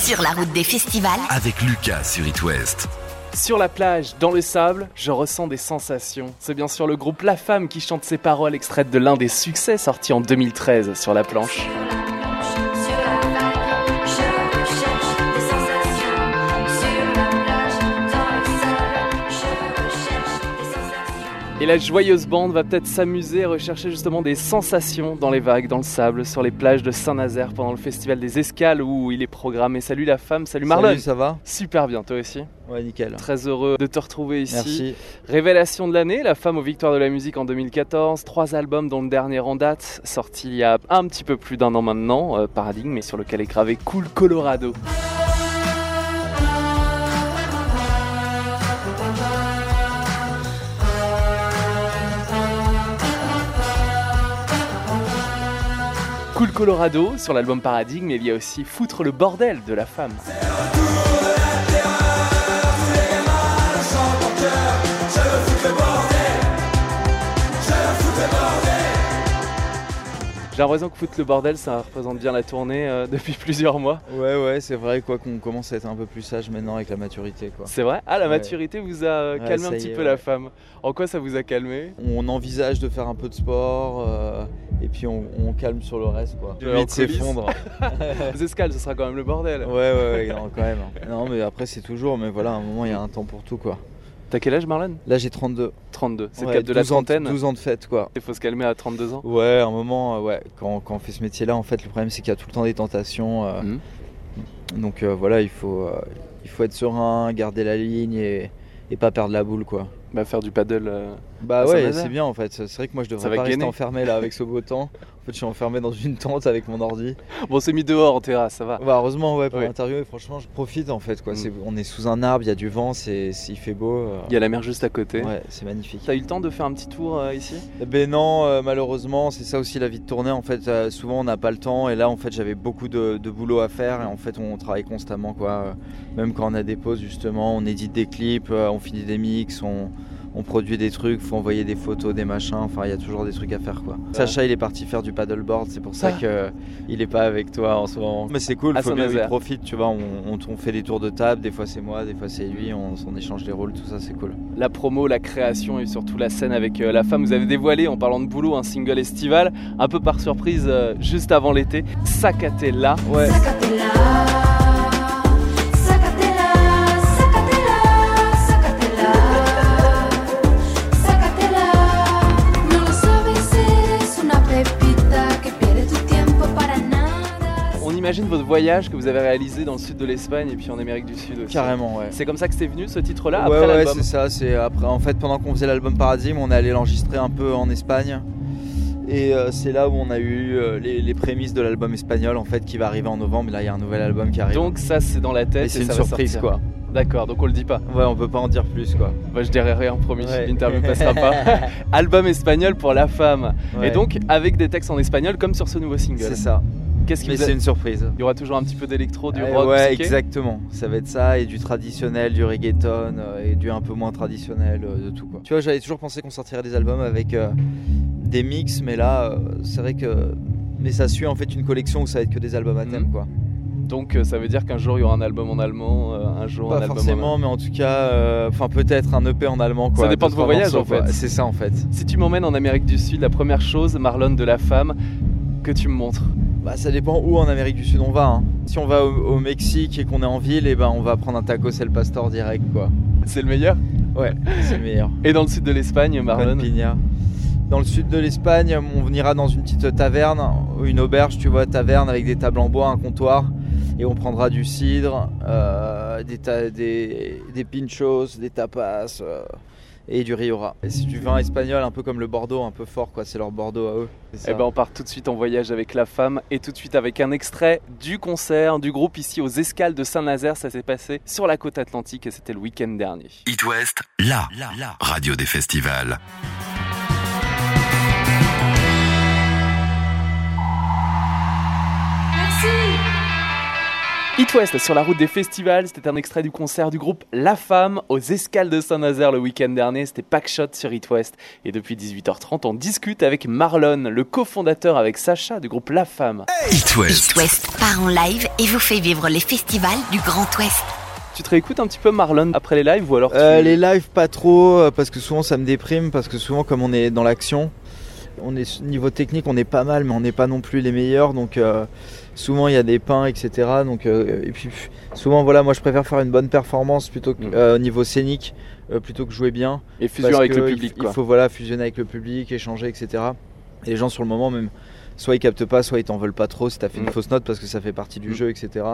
Sur la route des festivals, Avec Lucas sur It West. Sur la plage, dans le sable, je ressens des sensations. C'est bien sûr le groupe La Femme qui chante ces paroles extraites de l'un des succès sortis en 2013 sur la planche. Sur la plage, je recherche des sensations. Sur la plage, dans le sable, je recherche des sensations. Et la joyeuse bande va peut-être s'amuser à rechercher justement des sensations dans les vagues, dans le sable, sur les plages de Saint-Nazaire pendant le festival des escales où il est programmé. Salut La Femme, salut Marlon. Salut, ça va Super bien, toi aussi. Ouais, nickel. Très heureux de te retrouver ici. Merci. Révélation de l'année, la femme aux victoires de la musique en 2014, trois albums dont le dernier en date, sorti il y a un petit peu plus d'un an maintenant, euh, Paradigme, et sur lequel est gravé Cool Colorado. Cool Colorado sur l'album Paradigme, et il y a aussi Foutre le bordel de la femme. J'ai l'impression que Foutre le bordel, ça représente bien la tournée euh, depuis plusieurs mois. Ouais, ouais, c'est vrai quoi qu'on commence à être un peu plus sage maintenant avec la maturité quoi. C'est vrai Ah, la Ouais. maturité vous a euh, Ouais, calmé un ça petit y est, peu ouais. la femme. En quoi ça vous a calmé On envisage de faire un peu de sport euh, et puis on, on calme sur le reste quoi. De la Vite coulisses. s'effondre. Les escales, ce sera quand même le bordel. ouais, ouais, ouais, non, quand même. hein. Non, mais après c'est toujours, mais voilà, à un moment il y a un temps pour tout quoi. T'as quel âge, Marlon Là j'ai 32. 32. C'est Ouais, le cap de la 12 ans- trentaine. 12 ans de fête quoi. Il faut se calmer à 32 ans. Ouais, à un moment, euh, ouais, quand, quand on fait ce métier là, en fait le problème c'est qu'il y a tout le temps des tentations. euh, Mhm. Donc euh, voilà, il faut, euh, il faut être serein, garder la ligne et, et pas perdre la boule quoi. Bah, faire du paddle. euh, Bah Ah, ça va, ouais, ça c'est bien en fait. C'est vrai que moi je Ça devrais va pas rester gainer. enfermé là avec ce beau temps. En fait, je suis enfermé dans une tente avec mon ordi. Bon, c'est mis dehors en terrasse, ça va. Bah, heureusement, ouais, pour Ouais. l'interview, et franchement, je profite en fait. Quoi. Mm. C'est- on est sous un arbre, il y a du vent, c'est, c'est- il fait beau. euh, Il y a la mer juste à côté. ouais, c'est magnifique. T'as eu le temps de faire un petit tour euh, ici Ben non, euh, malheureusement, c'est ça aussi la vie de tournée. En fait, euh, souvent on n'a pas le temps. Et là, en fait, j'avais beaucoup de, de boulot à faire. Et en fait, on travaille constamment, quoi. Euh, Même quand on a des pauses, justement, on édite des clips, euh, on finit des mix, on, on produit des trucs, faut envoyer des photos, des machins. Enfin, il y a toujours des trucs à faire, quoi. Sacha, il est parti faire du paddleboard. C'est pour ça Ah. que euh, il est pas avec toi en ce moment. Mais c'est cool. À faut bien qu'il Saint-Nazaire. profite, tu vois. On, on, on fait des tours de table. Des fois, c'est moi, des fois, c'est lui. On, on échange des rôles, tout ça, c'est cool. La promo, la création et surtout la scène avec euh, la femme. Vous avez dévoilé, en parlant de boulot, un single estival, un peu par surprise, euh, juste avant l'été. Sacatella. Ouais. Sacatela, sacatela, sacatela, sacatela. Sacatela. No lo sabes, es una pepita que pierde tu tiempo para nada. On imagine votre voyage que vous avez réalisé dans le sud de l'Espagne et puis en Amérique du Sud aussi. Carrément, ouais. C'est comme ça que c'est venu ce titre-là ouais, après ouais, l'album. c'est ça. C'est après. En fait, pendant qu'on faisait l'album Paradigme, on est allé l'enregistrer un peu en Espagne. Et euh, c'est là où on a eu euh, les, les prémices de l'album espagnol, en fait, qui va arriver en novembre. Là, il y a un nouvel album qui arrive. Donc ça c'est dans la tête et et c'est une ça va surprise, sortir. D'accord, donc on le dit pas. quoi. Ouais, on peut pas en dire plus, quoi. Bah, je dirai rien, promis, Ouais. l'interview passera pas. Album espagnol pour la femme. Ouais. Et donc avec des textes en espagnol comme sur ce nouveau single. c'est ça. Qu'est-ce qui Mais vous a- c'est une surprise. Il y aura toujours un petit peu d'électro, du Euh, rock, ouais, psyché exactement. Ça va être ça et du traditionnel, du reggaeton euh, et du un peu moins traditionnel, euh, de tout quoi. Tu vois, j'avais toujours pensé qu'on sortirait des albums avec euh, des mix, mais là, euh, c'est vrai que. Mais ça suit en fait une collection où ça va être que des albums à thème Mhm. quoi. Donc euh, ça veut dire qu'un jour il y aura un album en allemand, euh, un jour un Pas album en forcément, mais en tout cas, euh, enfin peut-être un EP en allemand quoi. Ça dépend de Deux, vos trois voyages, morceaux, en quoi. fait. C'est ça en fait. Si tu m'emmènes en Amérique du Sud, la première chose, Marlon de la femme, que tu me montres. Bah ça dépend où en Amérique du Sud on va. hein. Si on va au, au Mexique et qu'on est en ville, et ben on va prendre un tacos El Pastor direct quoi. C'est le meilleur. Ouais, c'est le meilleur. Et dans le sud de l'Espagne, Marlon. Juan Piña. Dans le sud de l'Espagne, on ira dans une petite taverne, une auberge, tu vois, taverne avec des tables en bois, un comptoir, et on prendra du cidre, euh, des, ta- des, des pinchos, des tapas euh, et du riora. Et c'est du vin espagnol, un peu comme le Bordeaux, un peu fort, quoi. C'est leur Bordeaux à eux. C'est Eh ça. ben, on part tout de suite en voyage avec la femme et tout de suite avec un extrait du concert du groupe ici aux Escales de Saint-Nazaire. Ça s'est passé sur la côte atlantique et c'était le week-end dernier. It West, la, la radio des festivals. Merci. Hit West sur la route des festivals, c'était un extrait du concert du groupe La Femme aux escales de Saint-Nazaire le week-end dernier, c'était Packshot sur Hit West. Et depuis 18h30, on discute avec Marlon, le cofondateur avec Sacha du groupe La Femme. It West. East West part en live et vous fait vivre les festivals du Grand Ouest. Tu te réécoutes un petit peu Marlon après les lives ou alors tu... Euh, les lives, pas trop, euh, parce que souvent ça me déprime, parce que souvent, comme on est dans l'action, on est niveau technique, on est pas mal, mais on n'est pas non plus les meilleurs. Donc, euh, souvent il y a des pains, etc. Donc, euh, et puis, pff, souvent, voilà, moi je préfère faire une bonne performance plutôt que Mm. euh, niveau scénique, euh, plutôt que jouer bien. Et fusion Parce avec que le il- public Il, quoi. faut voilà, fusionner avec le public, échanger, etc. Et les gens sur le moment même, soit ils captent pas, soit ils t'en veulent pas trop si t'as fait Mm. une fausse note parce que ça fait partie du Mm. jeu, etc.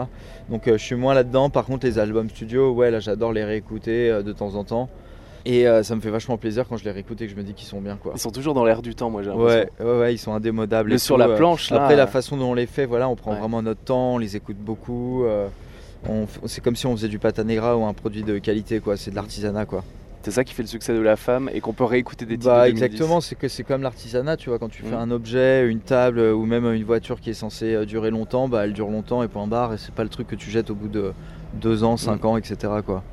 Donc euh, je suis moins là-dedans. Par contre, les albums studio, ouais, là j'adore les réécouter euh, de temps en temps. Et euh, ça me fait vachement plaisir quand je les réécoute et que je me dis qu'ils sont bien, quoi. Ils sont toujours dans l'air du temps moi j'ai l'impression. Ouais, ouais, ouais, ils sont indémodables. Le et sur tout, la euh, planche là. après, la façon dont on les fait, voilà, on prend Ouais. vraiment notre temps, on les écoute beaucoup. euh, on f- c'est comme si on faisait du pata negra ou un produit de qualité, quoi. C'est de l'artisanat, quoi. C'est ça qui fait le succès de La Femme et qu'on peut réécouter des titres Bah, de 2010. exactement, c'est que c'est comme l'artisanat, tu vois. Quand tu fais Mm. un objet, une table euh, ou même une voiture qui est censée euh, durer longtemps, bah, elle dure longtemps et point barre. Et c'est pas le truc que tu jettes au bout de 2 ans, Mm. 5 ans, etc., quoi.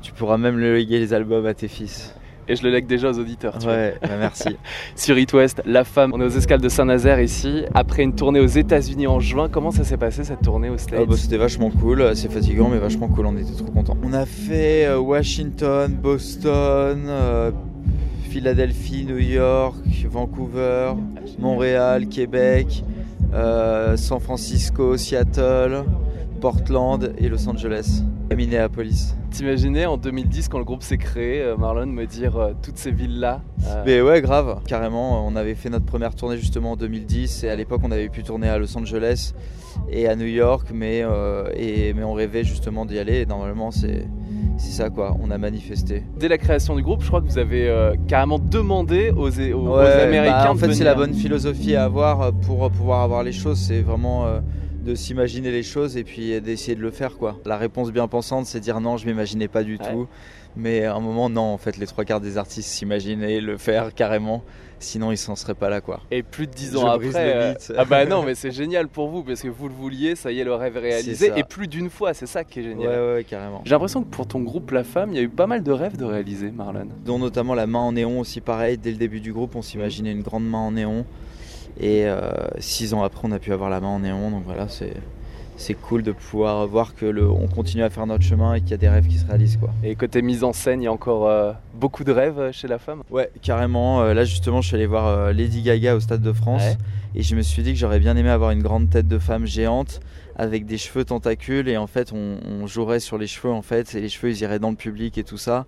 Tu pourras même le léguer les albums à tes fils. Et je le lègue déjà aux auditeurs. Ah, tu vois. Ouais, bah, merci. Sur It West, La Femme, on est aux escales de Saint-Nazaire ici. Après une tournée aux États-Unis en juin, comment ça s'est passé cette tournée aux States Ah bah, c'était vachement cool, euh, c'est fatigant mais vachement cool, on était trop contents. On a fait euh, Washington, Boston, euh, Philadelphie, New York, Vancouver, Montréal, Québec, euh, San Francisco, Seattle, Portland et Los Angeles, et Minneapolis. T'imaginais en 2010 quand le groupe s'est créé, euh, Marlon me dire euh, toutes ces villes-là euh, Mais ouais, grave, carrément, on avait fait notre première tournée justement en 2010 et à l'époque on avait pu tourner à Los Angeles et à New York, mais, euh, et, mais on rêvait justement d'y aller et normalement c'est c'est ça quoi, on a manifesté. Dès la création du groupe, je crois que vous avez euh, carrément demandé aux, aux- aux Ouais, Américains bah, en de fait, c'est venir. la bonne philosophie à avoir pour pouvoir avoir les choses. C'est vraiment euh, de s'imaginer les choses et puis d'essayer de le faire, quoi. La réponse bien pensante, c'est dire non, je m'imaginais pas du Ouais. tout. Mais à un moment, non, en fait, les trois quarts des artistes s'imaginent et le faire carrément. Sinon, ils s'en seraient pas là, quoi. Et plus de 10 Je ans brise après. le euh, mythe. ah bah non, mais c'est génial pour vous parce que vous le vouliez, ça y est, le rêve est réalisé. ça. Et plus d'une fois, c'est ça qui est Ouais, génial. ouais, ouais, carrément. J'ai l'impression que pour ton groupe La Femme, il y a eu pas mal de rêves de réaliser, Marlon. dont notamment la main en néon aussi pareil dès le début du groupe on s'imaginait une grande main en néon et euh, six ans après on a pu avoir la main en néon donc voilà c'est c'est cool de pouvoir voir que le, on continue à faire notre chemin et qu'il y a des rêves qui se réalisent quoi Et côté mise en scène, il y a encore euh, beaucoup de rêves euh, chez La Femme. ouais carrément Euh, là justement je suis allé voir euh, Lady Gaga au Stade de France Ouais. et je me suis dit que j'aurais bien aimé avoir une grande tête de femme géante avec des cheveux tentacules et en fait on, on jouerait sur les cheveux en fait et les cheveux ils iraient dans le public et tout ça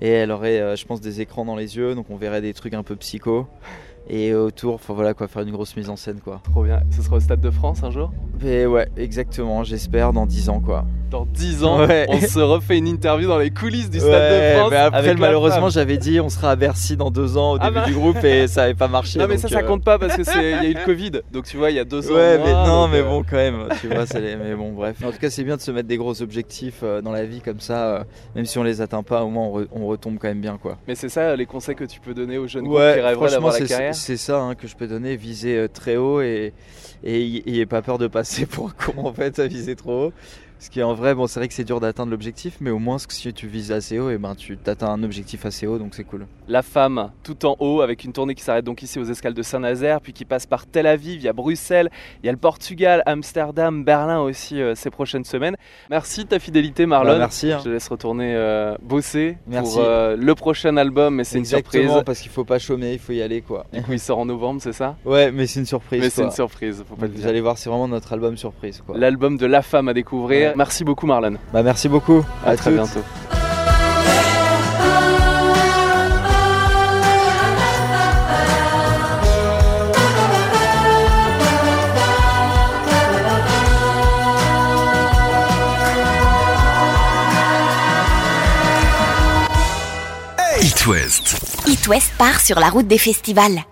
et elle aurait euh, je pense des écrans dans les yeux donc on verrait des trucs un peu psycho et autour enfin voilà quoi faire une grosse mise en scène quoi Trop bien. Ce sera au Stade de France un jour et ouais exactement j'espère dans 10 ans quoi Dans 10 ans, Ouais. on se refait une interview dans les coulisses du Stade Ouais, de France. mais après avec la malheureusement femme. j'avais dit on sera à Bercy dans deux ans au Ah début bah. du groupe et ça avait pas marché Non, mais ça, donc, ça euh, compte pas parce que c'est- il y a eu le Covid. Donc tu vois, il y a deux ans. Ouais, moins, mais non, donc, mais euh, bon, quand même, tu vois, c'est les... mais bon, bref. En tout cas, c'est bien de se mettre des gros objectifs euh, dans la vie comme ça, euh, même si on les atteint pas, au moins on, re- on retombe quand même bien, quoi. Mais c'est ça les conseils que tu peux donner aux jeunes groupes qui Ouais, rêveraient franchement, d'avoir la c'est carrière. c'est ça hein, que je peux donner, viser euh, très haut et et y- y ait pas peur de passer pour un con, en fait, à viser trop haut. Parce qu'en vrai, bon, c'est vrai que c'est dur d'atteindre l'objectif, mais au moins, si tu vises assez haut, et ben, tu atteins un objectif assez haut, donc c'est cool. La femme, tout en haut, avec une tournée qui s'arrête donc ici aux escales de Saint-Nazaire, puis qui passe par Tel Aviv, il y a Bruxelles, il y a le Portugal, Amsterdam, Berlin aussi euh, ces prochaines semaines. Merci de ta fidélité, Marlon. Bah, merci. hein. Je te laisse retourner euh, bosser Merci. pour euh, le prochain album, mais c'est une Exactement, surprise. parce qu'il faut pas chômer, il faut y aller, quoi. Du coup, il sort en novembre, c'est ça Ouais, mais c'est une surprise. Mais c'est quoi. une surprise, faut pas le Vous dire. allez voir, c'est vraiment notre album surprise, quoi. L'album de La Femme à découvrir. Ouais. Merci beaucoup, Marlon. Bah merci beaucoup. À, À, très toutes. bientôt. It West. It West part sur la route des festivals.